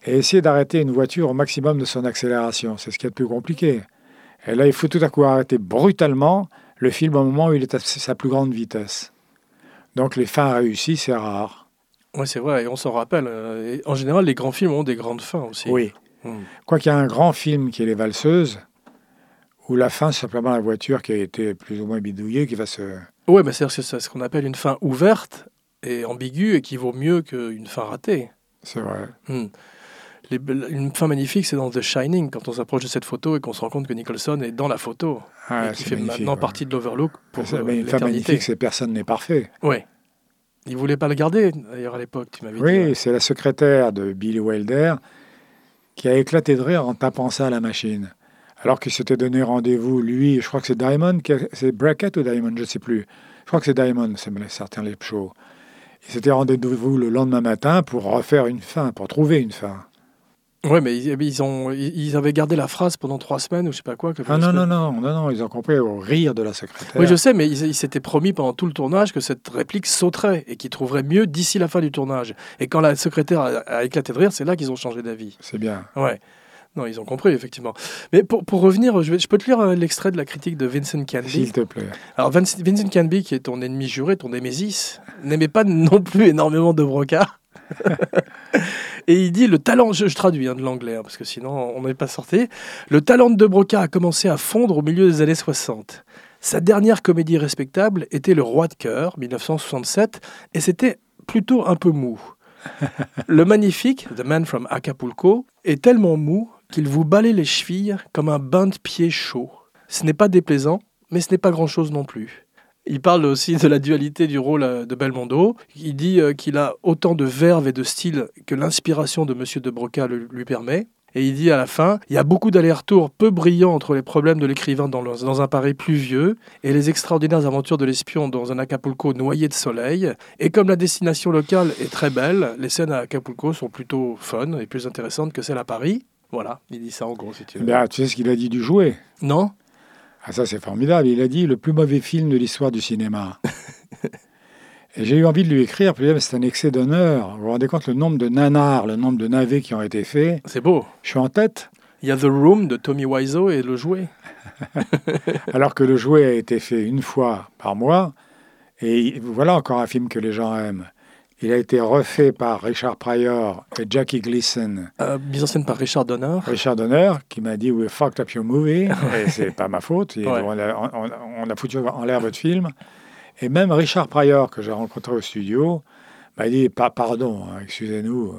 B: et essayer d'arrêter une voiture au maximum de son accélération. C'est ce qui est le plus compliqué. Et là, il faut tout à coup arrêter brutalement le film au moment où il est à sa plus grande vitesse. Donc les fins réussies, c'est rare.
A: Oui, c'est vrai, et on s'en rappelle. euh, et en général, les grands films ont des grandes fins aussi.
B: Oui.
A: Mm.
B: Quoi qu'il y a un grand film qui est Les Valseuses, où la fin, c'est simplement la voiture qui a été plus ou moins bidouillée, qui va se...
A: Ouais, mais c'est c'est ce qu'on appelle une fin ouverte et ambiguë et qui vaut mieux qu'une fin ratée.
B: C'est vrai.
A: Hmm. Les belles- une fin magnifique, c'est dans The Shining, quand on s'approche de cette photo et qu'on se rend compte que Nicholson est dans la photo
B: Ah,
A: et qui
B: c'est
A: fait
B: magnifique,
A: maintenant
B: ouais.
A: partie de l'Overlook pour
B: C'est-
A: euh,
B: mais une femme
A: l'éternité.
B: magnifique, c'est personne n'est parfait.
A: Ouais. Il voulait pas le garder d'ailleurs à l'époque, tu m'avais dit.
B: Oui, c'est la secrétaire de Billy Wilder qui a éclaté de rire en tapant ça à la machine. Alors qu'il s'était donné rendez-vous, lui, je crois que c'est Diamond, qui a- c'est Brackett ou Diamond, je ne sais plus. Je crois que c'est Diamond, c'est certains les shows. Ils s'étaient rendez-vous le lendemain matin pour refaire une fin, pour trouver une fin.
A: Ouais, mais ils, ils ont, ils ils avaient gardé la phrase pendant trois semaines ou je sais pas quoi. que-
B: Ah non, non, non, non, non, ils ont compris au rire de la secrétaire.
A: Oui, je sais, mais ils ils s'étaient promis pendant tout le tournage que cette réplique sauterait et qu'ils trouveraient mieux d'ici la fin du tournage. Et quand la secrétaire a, a éclaté de rire, c'est là qu'ils ont changé d'avis.
B: C'est bien.
A: Ouais. Non, ils ont compris, effectivement. Mais pour, pour revenir, je, vais- je peux te lire euh, l'extrait de la critique de Vincent Canby.
B: S'il te plaît.
A: Alors, Vince- Vincent Canby, qui est ton ennemi juré, ton némésis, n'aimait pas non plus énormément de Broca. Et il dit le talent, je, je traduis hein, de l'anglais, hein, parce que sinon on n'est pas sorti. Le talent de De Broca a commencé à fondre au milieu des années 60. Sa dernière comédie respectable était Le Roi de cœur, 1967, et c'était plutôt un peu mou. Le magnifique, The Man from Acapulco, est tellement mou qu'il vous balaye les chevilles comme un bain de pieds chaud. Ce n'est pas déplaisant, mais ce n'est pas grand-chose non plus. Il parle aussi de la dualité du rôle euh, de Belmondo. Il dit euh, qu'il a autant de verve et de style que l'inspiration de Monsieur de Broca le- lui permet. Et il dit à la fin, il y a beaucoup d'allers-retours peu brillants entre les problèmes de l'écrivain dans, le- dans un Paris pluvieux et les extraordinaires aventures de l'espion dans un Acapulco noyé de soleil. Et comme la destination locale est très belle, les scènes à Acapulco sont plutôt fun et plus intéressantes que celles à Paris. Voilà, il dit ça en gros si tu veux.
B: Bah, tu sais ce qu'il a dit du jouet
A: Non
B: Ah ça c'est formidable, il a dit le plus mauvais film de l'histoire du cinéma. Et j'ai eu envie de lui écrire, puis mais c'est un excès d'honneur. Vous vous rendez compte le nombre de nanars, le nombre de navets qui ont été faits.
A: C'est beau.
B: Je suis en tête,
A: Il y a The Room de Tommy Wiseau et le jouet.
B: alors que le jouet a été fait une fois par mois. Et voilà encore un film que les gens aiment. Il a été refait par Richard Pryor et Jackie Gleason.
A: Euh, mise en scène par Richard Donner.
B: Richard Donner qui m'a dit We fucked up your movie. Et c'est pas ma faute. Et
A: Ouais.
B: on, a, on- on a foutu en l'air votre film. Et même Richard Pryor, que j'ai rencontré au studio, m'a dit pas Pardon, hein, excusez-nous.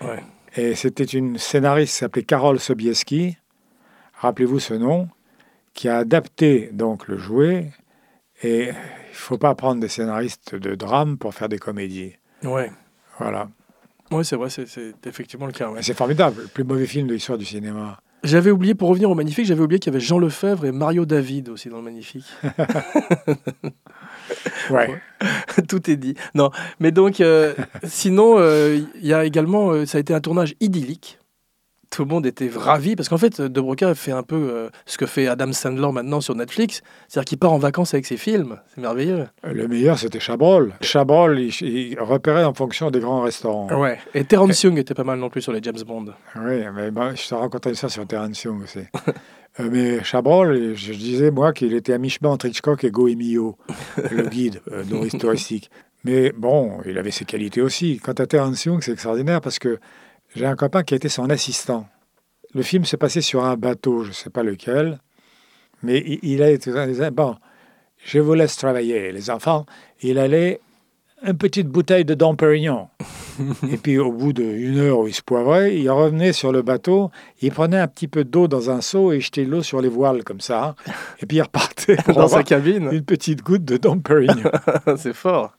A: Ouais.
B: Et c'était une scénariste qui s'appelait Carole Sobieski, rappelez-vous ce nom, qui a adapté donc le jouet. Et il faut pas prendre des scénaristes de drame pour faire des comédies.
A: Ouais.
B: Voilà.
A: Ouais, c'est vrai, c'est- c'est effectivement le cas. ouais.
B: Mais C'est formidable, le plus mauvais film de l'histoire du cinéma.
A: J'avais oublié, pour revenir au Magnifique, j'avais oublié qu'il y avait Jean Lefebvre et Mario David aussi dans le Magnifique.
B: Ouais.
A: Tout est dit. Non, mais donc, euh, sinon, euh, il y a également, euh, ça a été un tournage idyllique. Tout le monde était ravi parce qu'en fait, De Broca fait un peu euh, ce que fait Adam Sandler maintenant sur Netflix, c'est-à-dire qu'il part en vacances avec ses films. C'est merveilleux.
B: Le meilleur, c'était Chabrol. Chabrol, il, il repérait en fonction des grands restaurants.
A: Ah Ouais. Et Terence Young était pas mal non plus sur les James Bond.
B: Oui, mais bon, je te racontais ça sur Terence Young aussi. Euh, mais Chabrol, je, je disais, moi, qu'il était à mi-chemin entre Hitchcock et Goemio, le guide euh, touriste- touristique. Mais bon, il avait ses qualités aussi. Quant à Terence Young, c'est extraordinaire parce que j'ai un copain qui a été son assistant. Le film s'est passé sur un bateau, je ne sais pas lequel, mais il, il a été... Bon, je vous laisse travailler, les enfants. Il allait une petite bouteille de Dom Pérignon. Et puis au bout d'une heure où il se poivrait, il revenait sur le bateau, il prenait un petit peu d'eau dans un seau et jetait l'eau sur les voiles comme ça. hein. Et puis il repartait pour
A: Dans sa
B: avoir
A: cabine.
B: une petite goutte de Dom Pérignon.
A: C'est fort.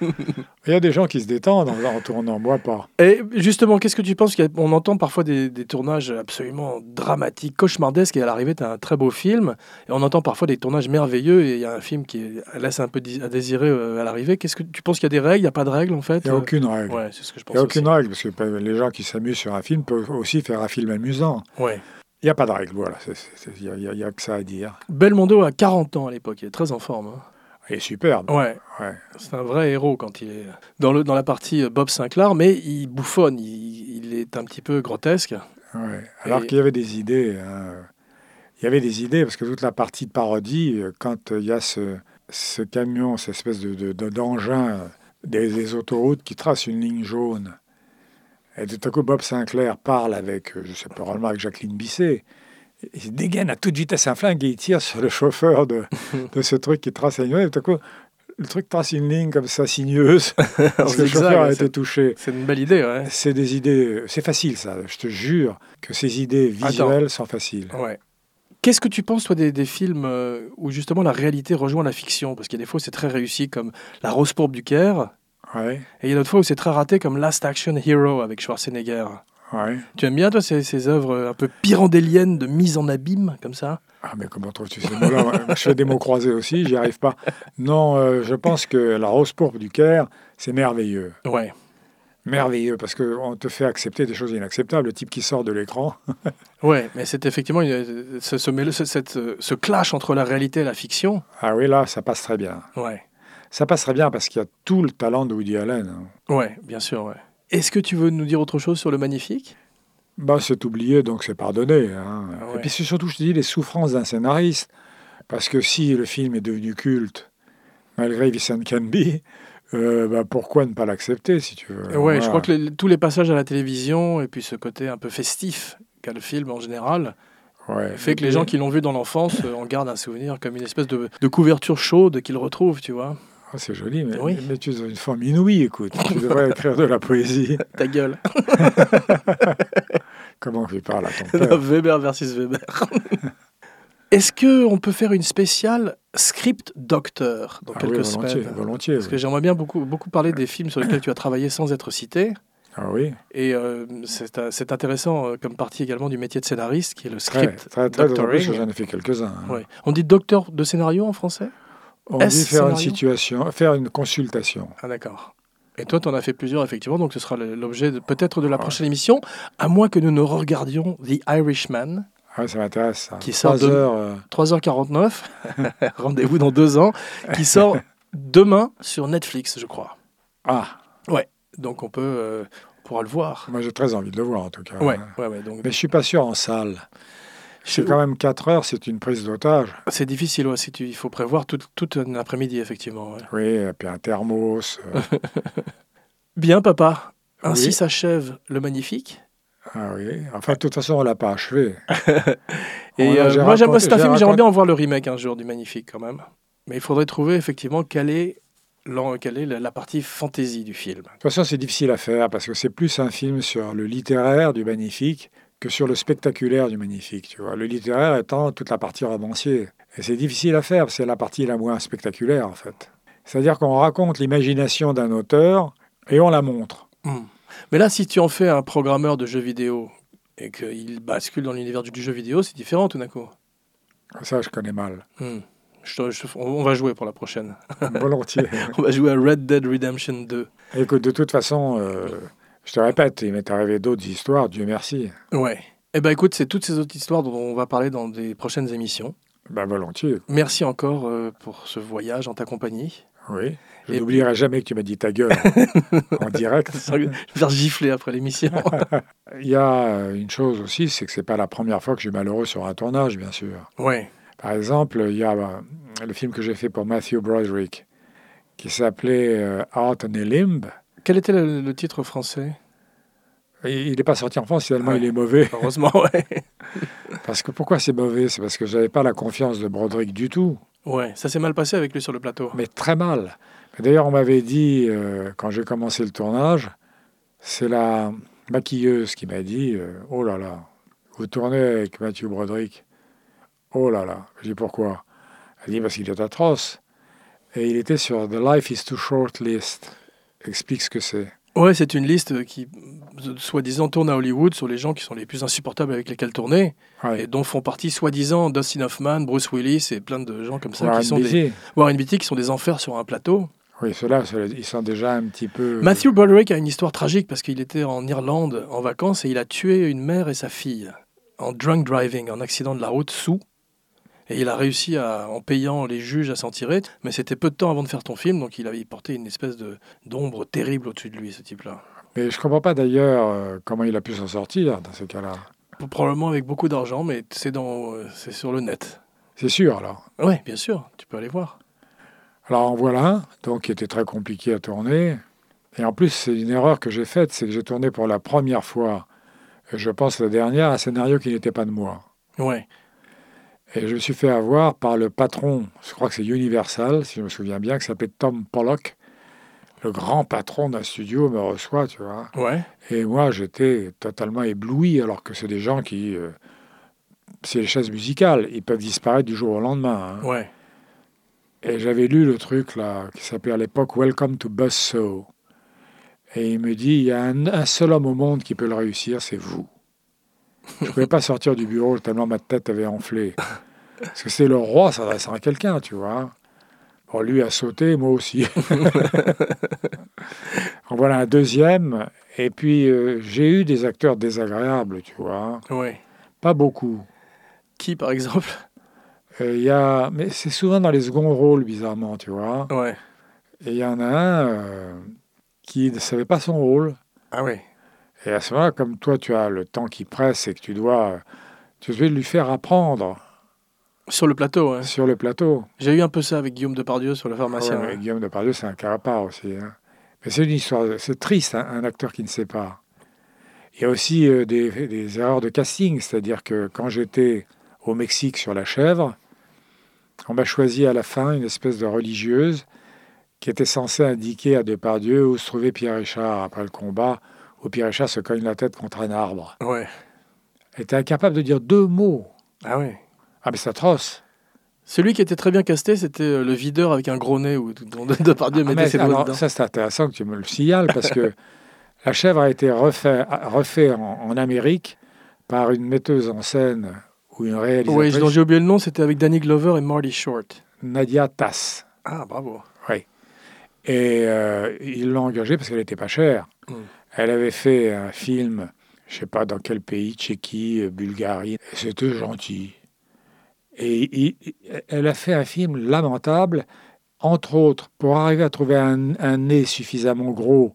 B: Il y a des gens qui se détendent en, en tournant, moi pas.
A: Et justement, qu'est-ce que tu penses qu'on entend parfois des, des, tournages absolument dramatiques, cauchemardesques, et à l'arrivée, tu as un très beau film, et on entend parfois des tournages merveilleux, et il y a un film qui laisse un peu à désirer euh, à l'arrivée. Qu'est-ce que tu penses qu'il y a des règles Il n'y a pas de règles, en fait
B: Il n'y a aucune règle.
A: Ouais, c'est ce que je pense
B: Il n'y a aucune
A: aussi.
B: règle, parce que les gens qui s'amusent sur un film peuvent aussi faire un film amusant.
A: Ouais.
B: Il n'y a pas de règle, voilà, il n'y a, a, a, que ça à dire.
A: Belmondo a 40 ans à l'époque, il est très en forme. Hein.
B: Il est superbe.
A: Ouais.
B: ouais.
A: C'est un vrai héros quand il est dans, le, dans la partie euh, Bob Sinclair, mais il bouffonne, il, il est un petit peu grotesque.
B: Ouais. Alors Et... qu'il y avait des idées. Hein. Il y avait des idées, parce que toute la partie de parodie, euh, quand il y a ce, ce camion, cette espèce de, d'engin de, des, des, autoroutes qui trace une ligne jaune, et tout à coup Bob Sinclair parle avec, euh, je sais pas, probablement avec Jacqueline Bisset, il se dégaine à toute vitesse un flingue et il tire sur le chauffeur de, de ce truc qui trace une ligne. Et tout à coup, le truc trace une ligne comme ça, sinueuse, parce que le chauffeur a été touché.
A: C'est une belle idée, ouais.
B: C'est des idées... euh, C'est facile, ça. Je te jure que ces idées visuelles Attends. sont faciles.
A: Ouais. Qu'est-ce que tu penses, toi, des, des, films euh, où justement la réalité rejoint la fiction Parce qu'il y a des fois où c'est très réussi, comme La Rose Pourbe du Caire.
B: Ouais.
A: Et il y a d'autres fois où c'est très raté, comme Last Action Hero avec Schwarzenegger.
B: Ouais.
A: Tu aimes bien, toi, ces, ces, œuvres euh, un peu pirandéliennes de mise en abîme, comme ça
B: Ah, mais comment trouves-tu ces mots-là Je fais des mots croisés aussi, j'y arrive pas. Non, euh, je pense que la rose pourpre du Caire, c'est merveilleux.
A: Ouais.
B: Merveilleux, parce qu'on te fait accepter des choses inacceptables, le type qui sort de l'écran.
A: ouais, mais c'est effectivement une, euh, ce, ce, cette, euh, ce, clash entre la réalité et la fiction.
B: Ah oui, là, ça passe très bien.
A: Ouais.
B: Ça passe très bien parce qu'il y a tout le talent de Woody Allen. hein.
A: Ouais, bien sûr, ouais. Est-ce que tu veux nous dire autre chose sur le magnifique
B: bah, C'est oublié, donc c'est pardonné. Hein. Ah ouais. Et puis c'est surtout, je te dis, les souffrances d'un scénariste. Parce que si le film est devenu culte, malgré Vincent Canby, euh, bah, pourquoi ne pas l'accepter, si tu veux
A: Euh, Ouais, voilà. je crois que les, tous les passages à la télévision, et puis ce côté un peu festif qu'a le film en général,
B: ouais.
A: fait que les gens qui l'ont vu dans l'enfance euh, en gardent un souvenir comme une espèce de, de couverture chaude qu'ils retrouvent, tu vois
B: oh, c'est joli, mais, oui. mais, tu es dans une forme inouïe, écoute. Tu devrais écrire de la poésie.
A: Ta gueule.
B: Comment tu parles à ton père
A: Weber versus Weber. Est-ce qu'on peut faire une spéciale script docteur dans
B: ah
A: quelques
B: oui, volontiers,
A: semaines
B: volontiers,
A: Parce
B: oui.
A: que j'aimerais bien beaucoup, beaucoup parler des films sur lesquels tu as travaillé sans être cité.
B: Ah oui.
A: Et euh, c'est intéressant euh, comme partie également du métier de scénariste qui est le script.
B: Très, très, très j'en ai fait quelques-uns. Hein.
A: Ouais. On dit docteur de scénario en français
B: on dit faire une situation, faire une consultation.
A: Ah d'accord. Et toi, tu en as fait plusieurs, effectivement, donc ce sera l'objet peut-être de la prochaine ouais. émission, à moins que nous ne regardions The Irishman.
B: Ouais, Ah, ça m'intéresse.
A: Qui sort 3 heures, euh... 3h49, rendez-vous dans deux ans, qui sort demain sur Netflix, je crois.
B: Ah
A: Ouais, donc on peut, euh, on pourra le voir.
B: Moi, j'ai très envie de le voir, en tout cas.
A: Ouais, ouais, ouais donc...
B: Ah. Mais je suis pas sûr en salle. C'est quand même 4 heures, c'est une prise d'otage.
A: C'est difficile, ouais, si tu, il faut prévoir toute tout un après-midi, effectivement. Ouais.
B: Oui, et puis un thermos. Euh...
A: Bien, papa. Ainsi oui. s'achève le magnifique.
B: Ah oui, enfin, de toute façon, on ne l'a pas achevé.
A: et a, euh, moi, j'aime c'est un film, j'aimerais bien en voir le remake un jour du magnifique, quand même. Mais il faudrait trouver, effectivement, quelle est, quelle est la partie fantaisie du film. De
B: toute façon, c'est difficile à faire, parce que c'est plus un film sur le littéraire du magnifique que sur le spectaculaire du magnifique, tu vois. Le littéraire étant toute la partie romancier. Et c'est difficile à faire, c'est la partie la moins spectaculaire, en fait. C'est-à-dire qu'on raconte l'imagination d'un auteur et on la montre.
A: Mmh. Mais là, si tu en fais un programmeur de jeux vidéo et qu'il bascule dans l'univers du jeu vidéo, c'est différent tout d'un coup.
B: Ça, je connais mal.
A: Mmh. Je, je, on va jouer pour la prochaine.
B: Volontiers.
A: on va jouer à Red Dead Redemption 2.
B: Écoute, de toute façon... Euh... Je te répète, il m'est arrivé d'autres histoires, Dieu merci.
A: Ouais. Eh ben écoute, c'est toutes ces autres histoires dont on va parler dans des prochaines émissions.
B: Ben volontiers.
A: Merci encore euh, pour ce voyage en ta compagnie.
B: Oui. Je n'oublierai puis... jamais que tu m'as dit ta gueule en direct.
A: Je vais me faire gifler après l'émission.
B: il y a euh, une chose aussi, c'est que c'est pas la première fois que je suis malheureux sur un tournage, bien sûr.
A: Ouais.
B: Par exemple, il y a ben, le film que j'ai fait pour Matthew Broderick qui s'appelait euh, Art and a Limb.
A: Quel était le, le titre français
B: Il n'est pas sorti en France, finalement, ouais. il est mauvais.
A: Heureusement, ouais.
B: parce que pourquoi c'est mauvais C'est parce que j'avais pas la confiance de Broderick du tout.
A: Ouais, ça s'est mal passé avec lui sur le plateau.
B: Mais très mal. D'ailleurs, on m'avait dit, euh, quand j'ai commencé le tournage, c'est la maquilleuse qui m'a dit euh, Oh là là, vous tournez avec Mathieu Broderick. Oh là là. Je dis Pourquoi Elle dit Parce qu'il est atroce. Et il était sur The Life is Too Short List. Explique ce que c'est.
A: Ouais, c'est une liste qui, soi-disant, tourne à Hollywood sur les gens qui sont les plus insupportables avec lesquels tourner,
B: Ouais.
A: et dont font partie, soi-disant, Dustin Hoffman, Bruce Willis et plein de gens comme ça,
B: Warren
A: qui sont des...
B: Beatty.
A: Warren Beatty, qui sont des enfers sur un plateau.
B: Oui, ceux-là, ceux-là, ils sont déjà un petit peu.
A: Matthew Broderick a une histoire tragique parce qu'il était en Irlande en vacances et il a tué une mère et sa fille en drunk driving, en accident de la route sous. Et il a réussi à, en payant les juges à s'en tirer, mais c'était peu de temps avant de faire ton film, donc il avait porté une espèce de d'ombre terrible au-dessus de lui, ce type-là.
B: Mais je comprends pas d'ailleurs euh, comment il a pu s'en sortir dans ces cas-là.
A: Probablement avec beaucoup d'argent, mais c'est dans, euh, c'est sur le net.
B: C'est sûr, alors.
A: Ouais, bien sûr, tu peux aller voir.
B: Alors en voilà un, donc qui était très compliqué à tourner. Et en plus, c'est une erreur que j'ai faite, c'est que j'ai tourné pour la première fois, et je pense la dernière, un scénario qui n'était pas de moi.
A: Ouais,
B: Et je me suis fait avoir par le patron, je crois que c'est Universal, si je me souviens bien, qui s'appelait Tom Pollock. Le grand patron d'un studio me reçoit, tu vois.
A: ouais,
B: Et moi, j'étais totalement ébloui, alors que c'est des gens qui. euh, c'est les chaises musicales, ils peuvent disparaître du jour au lendemain. hein.
A: ouais.
B: Et j'avais lu le truc, là, qui s'appelait à l'époque Welcome to Buzzsaw. Et il me dit il y a un, un seul homme au monde qui peut le réussir, c'est vous. Je ne pouvais pas sortir du bureau tellement ma tête avait enflé. Parce que c'est le roi s'adressant à quelqu'un, tu vois. Bon, lui a sauté, moi aussi. en voilà un deuxième. Et puis, euh, j'ai eu des acteurs désagréables, tu vois.
A: ouais.
B: Pas beaucoup.
A: Qui, par exemple
B: Euh, Il y a... Mais c'est souvent dans les seconds rôles, bizarrement, tu vois.
A: Ouais.
B: Et il y en a un euh, qui ne savait pas son rôle.
A: Ah ouais.
B: Et à ce moment-là, comme toi, tu as le temps qui presse et que tu dois, euh, tu dois lui faire apprendre
A: Sur le plateau, hein.
B: sur le plateau.
A: J'ai eu un peu ça avec Guillaume Depardieu sur le pharmacien.
B: Ah Ouais,
A: hein.
B: mais Guillaume Depardieu, c'est un carapare aussi. hein. Mais c'est une histoire, c'est triste, hein, un acteur qui ne sait pas. Il y a aussi euh, des, des erreurs de casting, c'est-à-dire que quand j'étais au Mexique sur la chèvre, on m'a choisi à la fin une espèce de religieuse qui était censée indiquer à Depardieu où se trouvait Pierre Richard après le combat, où Pierre Richard se cogne la tête contre un arbre.
A: Ouais.
B: Elle était incapable de dire deux mots.
A: Ah ouais.
B: Ah mais c'est atroce.
A: Celui qui était très bien casté, c'était euh, le videur avec un gros nez où dont Depardieu
B: Ah,
A: mettait
B: mais
A: ses doigts
B: alors,
A: dedans.
B: ça, c'est intéressant que tu me le signales parce que la chèvre a été refait, a- refait en, en Amérique par une metteuse en scène ou une
A: Oui,
B: réalisatrice,
A: dont j'ai oublié le nom, c'était avec Danny Glover et Marty Short.
B: Nadia Tass.
A: Ah, bravo.
B: Et euh, ils l'ont engagée parce qu'elle n'était pas chère.
A: Mm.
B: Elle avait fait un film, je ne sais pas dans quel pays, Tchéquie, euh, Bulgarie. Et C'était gentil. Et il- il- elle a fait un film lamentable, entre autres, pour arriver à trouver un, un nez suffisamment gros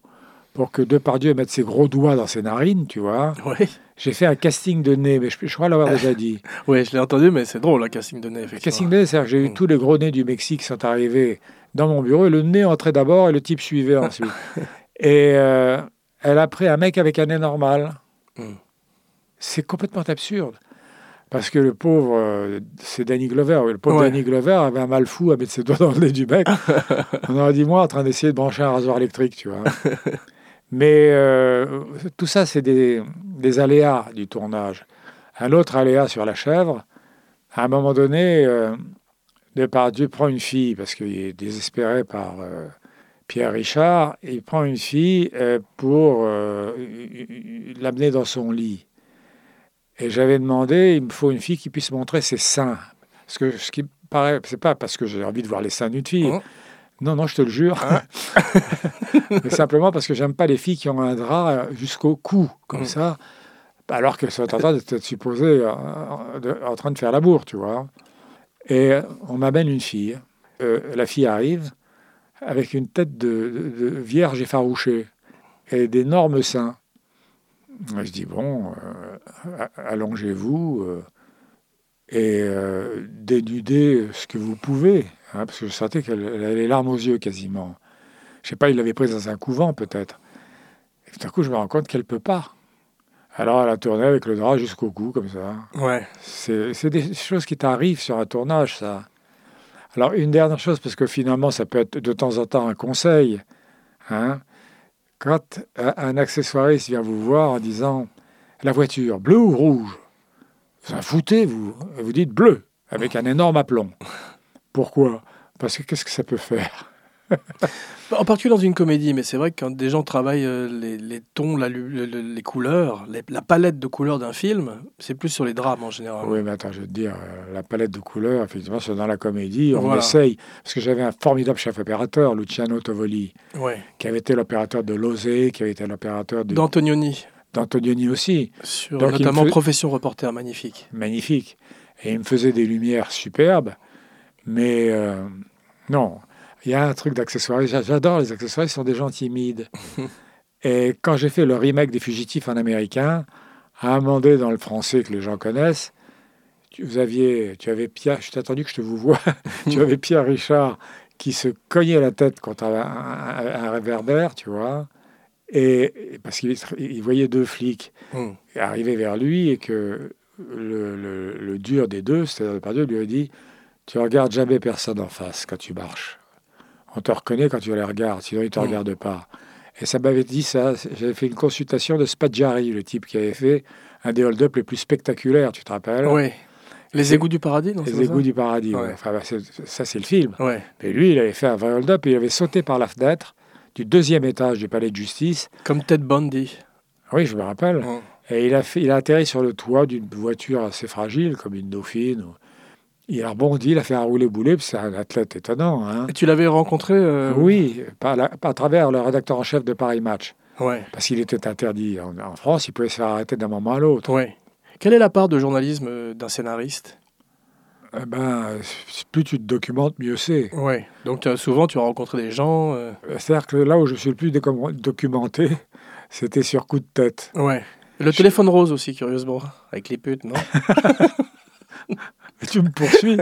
B: pour que Depardieu mette ses gros doigts dans ses narines, tu vois.
A: Ouais.
B: J'ai fait un casting de nez, mais je, je crois l'avoir déjà dit.
A: ouais, je l'ai entendu, mais c'est drôle, un casting de nez,
B: Le
A: effectivement.
B: casting de nez, c'est-à-dire que j'ai eu
A: Mm.
B: tous les gros nez du Mexique qui sont arrivés dans mon bureau, et le nez entrait d'abord et le type suivait ensuite. et euh, elle a pris un mec avec un nez normal.
A: Mm.
B: C'est complètement absurde. Parce que le pauvre, euh, c'est Danny Glover. oui, Le pauvre
A: Ouais.
B: Danny Glover avait un mal fou à mettre ses doigts dans le nez du mec. On aurait dit moi en train d'essayer de brancher un rasoir électrique, tu vois. Mais euh, tout ça, c'est des, des aléas du tournage. Un autre aléa sur la chèvre, à un moment donné, euh, Depardieu prend une fille, parce qu'il est désespéré par euh, Pierre Richard, il prend une fille euh, pour euh, l'amener dans son lit. Et j'avais demandé, il me faut une fille qui puisse montrer ses seins. Parce que ce qui me paraît, c'est pas parce que j'ai envie de voir les seins d'une fille.
A: Hein
B: Non, non, je te le jure. Mais simplement parce que j'aime pas les filles qui ont un drap euh, jusqu'au cou, comme
A: Mm.
B: ça, alors qu'elles sont en train d'être supposées euh, en- de- en train de faire l'amour, tu vois. Et euh, on m'amène une fille. Euh, la fille arrive avec une tête de, de- de vierge effarouchée et d'énormes seins. Et je dis, bon, euh, a- allongez-vous euh, et euh, dénudez ce que vous pouvez. hein, parce que je sentais qu'elle elle avait les larmes aux yeux quasiment. Je sais pas, il l'avait prise dans un couvent peut-être. Et tout à coup, je me rends compte qu'elle peut pas. Alors elle a tourné avec le drap jusqu'au cou, comme ça.
A: Ouais.
B: C'est c'est des choses qui t'arrivent sur un tournage, ça. Alors, une dernière chose, parce que finalement, ça peut être de temps en temps un conseil. hein. Quand un un accessoiriste vient vous voir en disant La voiture, bleue ou rouge Vous en foutez, vous. Vous dites bleu, avec un énorme aplomb. Pourquoi Parce que qu'est-ce que ça peut faire
A: En particulier dans une comédie, mais c'est vrai que quand des gens travaillent euh, les, les tons, la lu- le- le- les couleurs, les- la palette de couleurs d'un film, c'est plus sur les drames en général.
B: Oui, Ah mais attends, je vais te dire, euh, la palette de couleurs, effectivement, c'est dans la comédie, on
A: Voilà.
B: essaye. Parce que j'avais un formidable chef opérateur, Luciano Tovoli,
A: Ouais.
B: qui avait été l'opérateur de Lozé, qui avait été l'opérateur de-
A: D'Antonioni,
B: d'Antonioni aussi.
A: sur
B: Donc, il me
A: notamment
B: fait-
A: Profession Reporter, magnifique.
B: magnifique. Et il me faisait des lumières superbes. Mais euh, non, il y a un truc d'accessoires. J'a- J'adore les accessoires, ils sont des gens timides. Et quand j'ai fait le remake des Fugitifs en américain, à un moment donné dans le français que les gens connaissent, tu, vous aviez, tu avais Pierre, je t'ai attendu que je te vous vois, tu avais Pierre Richard qui se cognait la tête contre un, un, un réverbère, tu vois, et, et parce qu'il il voyait deux flics
A: Hum.
B: arrivé vers lui et que le, le- le dur des deux, c'est-à-dire Depardieu, lui a dit Tu regardes jamais personne en face quand tu marches. On te reconnaît quand tu les regardes, sinon ils ne te
A: Mm.
B: regardent pas. Et ça m'avait dit ça. J'avais fait une consultation de Spadjari, le type qui avait fait un des hold-up les plus spectaculaires, tu te rappelles
A: Oui. Les égouts du paradis, non c'est pas
B: Les
A: ça
B: égouts du paradis. ouais.
A: Ouais.
B: Enfin, bah, c'est- ça, c'est le film.
A: Ouais.
B: Mais lui, il avait fait un vrai hold-up et il avait sauté par la fenêtre du deuxième étage du palais de justice.
A: Comme Ted Bundy.
B: Oui, je me rappelle.
A: Hum.
B: Et il a, fait- il a atterri sur le toit d'une voiture assez fragile, comme une dauphine. ou- Il a rebondi, il a fait un roulé-boulé, puis c'est un athlète étonnant. hein.
A: Et tu l'avais rencontré euh,
B: Oui, par la- par- à travers le rédacteur en chef de Paris Match.
A: Ouais.
B: Parce qu'il était interdit en, en France, il pouvait se faire arrêter d'un moment à l'autre.
A: Ouais. Quelle est la part de journalisme euh, d'un scénariste
B: Eh ben, euh, plus tu te documentes, mieux c'est.
A: Ouais. Donc euh, souvent, tu as rencontré des gens. euh,
B: C'est-à-dire que là où je suis le plus décom- documenté, c'était sur coup de tête.
A: Ouais. Le téléphone rose aussi, curieusement, avec les putes, non
B: Tu me poursuis.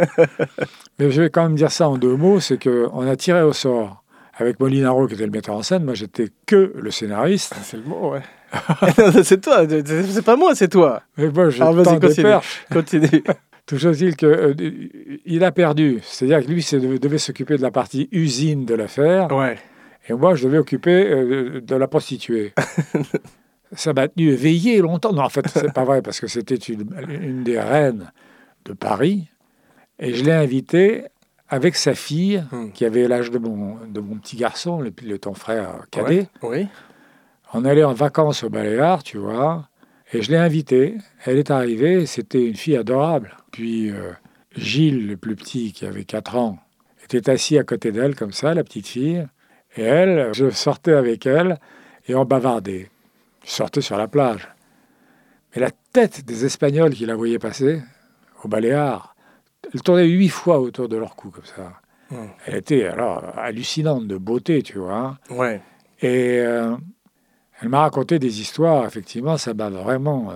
B: Mais je vais quand même dire ça en deux mots, c'est qu'on a tiré au sort. Avec Molinaro, qui était le metteur en scène, moi j'étais que le scénariste.
A: C'est le mot, ouais. c'est toi, c'est- c'est pas moi, c'est toi.
B: Mais moi je
A: Alors, Ah, vas-y,
B: tends des
A: continue.
B: perches.
A: Continue.
B: Toujours est-il que euh, il a perdu. C'est-à-dire que lui c'est- devait s'occuper de la partie usine de l'affaire,
A: Ouais.
B: et moi je devais occuper euh, de la prostituée. ça m'a tenu éveillé longtemps. Non, en fait, c'est pas vrai, parce que c'était une, une des reines de Paris, et je l'ai invitée avec sa fille
A: Hmm.
B: qui avait l'âge de mon, de mon petit garçon, le, le ton frère cadet.
A: Oui.
B: On allait en vacances au Baléares, tu vois, et je l'ai invitée. Elle est arrivée, c'était une fille adorable. Puis euh, Gilles, le plus petit, qui avait 4 ans, était assis à côté d'elle, comme ça, la petite fille. Et elle, je sortais avec elle et on bavardait. Je sortais sur la plage. Mais la tête des Espagnols qui la voyaient passer, au Baléares, elle tournait huit fois autour de leur cou, comme ça.
A: Mm.
B: Elle était alors hallucinante de beauté, tu vois.
A: Ouais.
B: Et euh, elle m'a raconté des histoires, effectivement, ça m'a vraiment... euh,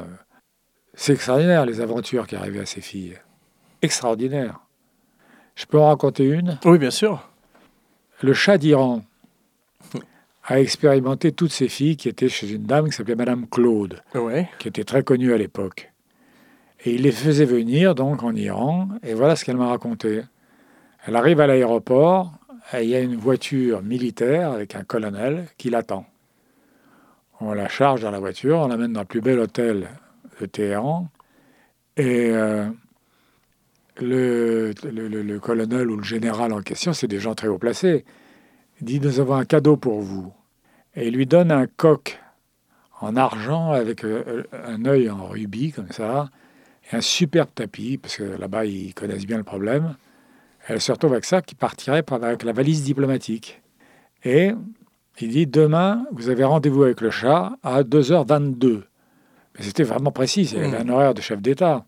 B: c'est extraordinaire, les aventures qui arrivaient à ces filles. Extraordinaire. Je peux en raconter une.
A: Oui, bien sûr.
B: Le chat d'Iran a expérimenté toutes ces filles qui étaient chez une dame qui s'appelait Madame Claude,
A: Ouais.
B: qui était très connue à l'époque. Et il les faisait venir, donc, en Iran, et voilà ce qu'elle m'a raconté. Elle arrive à l'aéroport, et il y a une voiture militaire avec un colonel qui l'attend. On la charge dans la voiture, on l'amène dans le plus bel hôtel de Téhéran. Et euh, le, le- le- le colonel ou le général en question, c'est des gens très haut placés, dit Nous avons un cadeau pour vous. Et il lui donne un coq en argent avec euh, un œil en rubis, comme ça, et un superbe tapis, parce que là-bas, ils connaissent bien le problème. Elle se retrouve avec ça, qui partirait par- avec la valise diplomatique. Et il dit Demain, vous avez rendez-vous avec le chat à 2h22. Mais c'était vraiment précis, il y avait un horaire de chef d'État.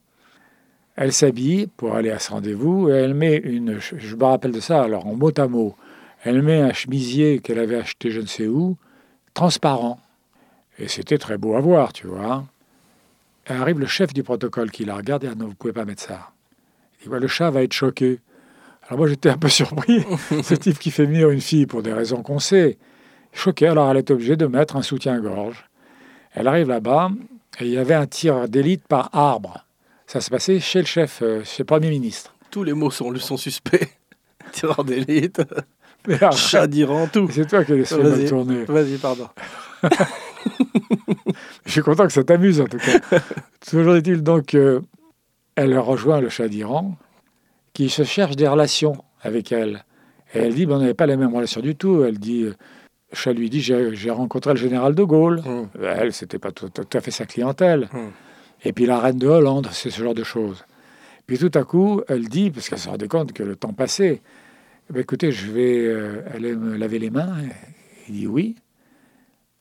B: Elle s'habille pour aller à ce rendez-vous et elle met une. ch- Je me rappelle de ça, alors en mot à mot. Elle met un chemisier qu'elle avait acheté je ne sais où, transparent. Et c'était très beau à voir, tu vois. Elle arrive le chef du protocole qui la regarde et ah non, vous pouvez pas mettre ça. Il dit Ouais, le chat va être choqué. Alors moi j'étais un peu surpris, ce type qui fait venir une fille pour des raisons qu'on sait. Choqué, alors elle est obligée de mettre un soutien-gorge. Elle arrive là-bas et il y avait un tir d'élite par arbre. Ça se passait chez le chef, euh, chez le Premier ministre.
A: Tous les mots sont, sont suspects. Tireur d'élite,
B: Mais alors,
A: chat d'Iran, tout.
B: C'est toi qui as laissé
A: Vas-y.
B: mal tourner.
A: Vas-y, pardon.
B: Je suis content que ça t'amuse en tout cas. Toujours est-il donc que elle rejoint le chat d'Iran qui se cherche des relations avec elle. Et elle dit, ben, on n'avait pas la même relation du tout. Elle dit, euh, Chat lui dit, j'ai rencontré le général de Gaulle.
A: Hum.
B: Mm. Ben, elle, c'était pas tout, tout, à fait sa clientèle. Mm. Et puis la reine de Hollande, c'est ce genre de choses. Puis tout à coup, elle dit, parce qu'elle se rendait compte que le temps passait, ben, écoutez, je vais euh, aller me laver les mains. Il dit oui.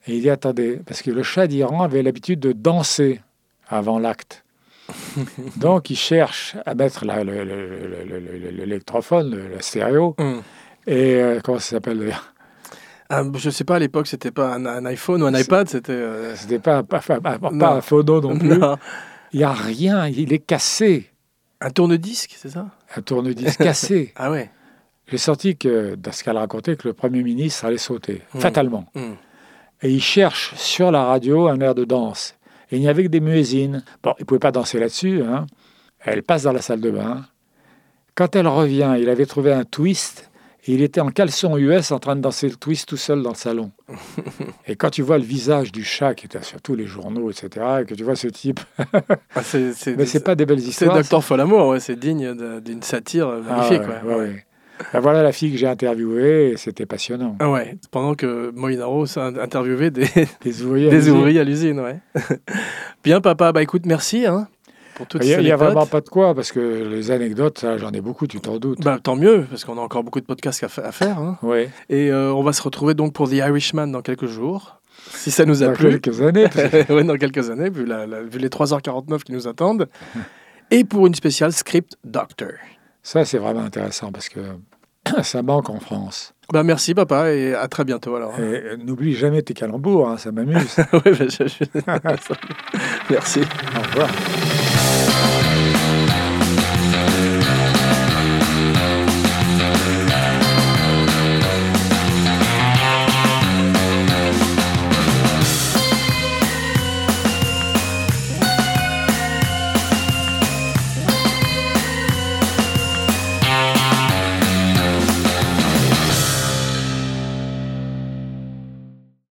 B: Et il dit, attendez, parce que le chat d'Iran avait l'habitude de danser avant l'acte. Donc, il cherche à mettre l'électrophone, le, le, le, le, stéréo, mm. et euh, comment ça s'appelle
A: Hum. ah, je ne sais pas, à l'époque, c'était pas un, un, iPhone ou un iPad, c'était... Euh...
B: C'était pas, pas, pas, pas un phono non plus. Non. Il n'y a rien, il est cassé.
A: Un tourne-disque, c'est ça
B: Un tourne-disque cassé.
A: ah ouais
B: J'ai senti que, dans ce qu'elle racontait, que le Premier ministre allait sauter, mm. fatalement. Mm. Et il cherche sur la radio un air de danse. Et il n'y avait que des muésines. Bon, il ne pouvait pas danser là-dessus. Hein. Elle passe dans la salle de bain. Quand elle revient, il avait trouvé un twist. Et il était en caleçon US en train de danser le twist tout seul dans le salon. et quand tu vois le visage du chat qui était sur tous les journaux, etc., et que tu vois ce type. ah, c est, c est, Mais c'est pas des belles histoires.
A: C'est Docteur Folamour, ouais, c'est digne d'une satire magnifique. Ah, ouais, ouais,
B: ben voilà la fille que j'ai interviewée, et c'était passionnant.
A: Ah ouais, pendant que Moïnaro interviewait des,
B: des ouvriers,
A: des ouvriers à l'usine. Ouais. Bien, papa, bah écoute, merci. Hein, pour toutes
B: il n'y a, a, vraiment pas de quoi, parce que les anecdotes, j'en ai beaucoup, tu t'en doutes.
A: Bah, tant mieux, parce qu'on a encore beaucoup de podcasts à, à faire. Hein.
B: Ouais.
A: Et euh, on va se retrouver donc pour The Irishman dans quelques jours. Si ça nous a
B: dans
A: plu.
B: Quelques années,
A: ouais, dans quelques années, vu, la, la, vu les 3h49 qui nous attendent. Et pour une spéciale Script Doctor.
B: Ça, c'est vraiment intéressant parce que ça manque en France. euh,
A: Bah merci papa et à très bientôt alors.
B: N'oublie jamais tes calembours, hein, ça m'amuse.
A: ouais, bah, je... merci.
B: Au revoir.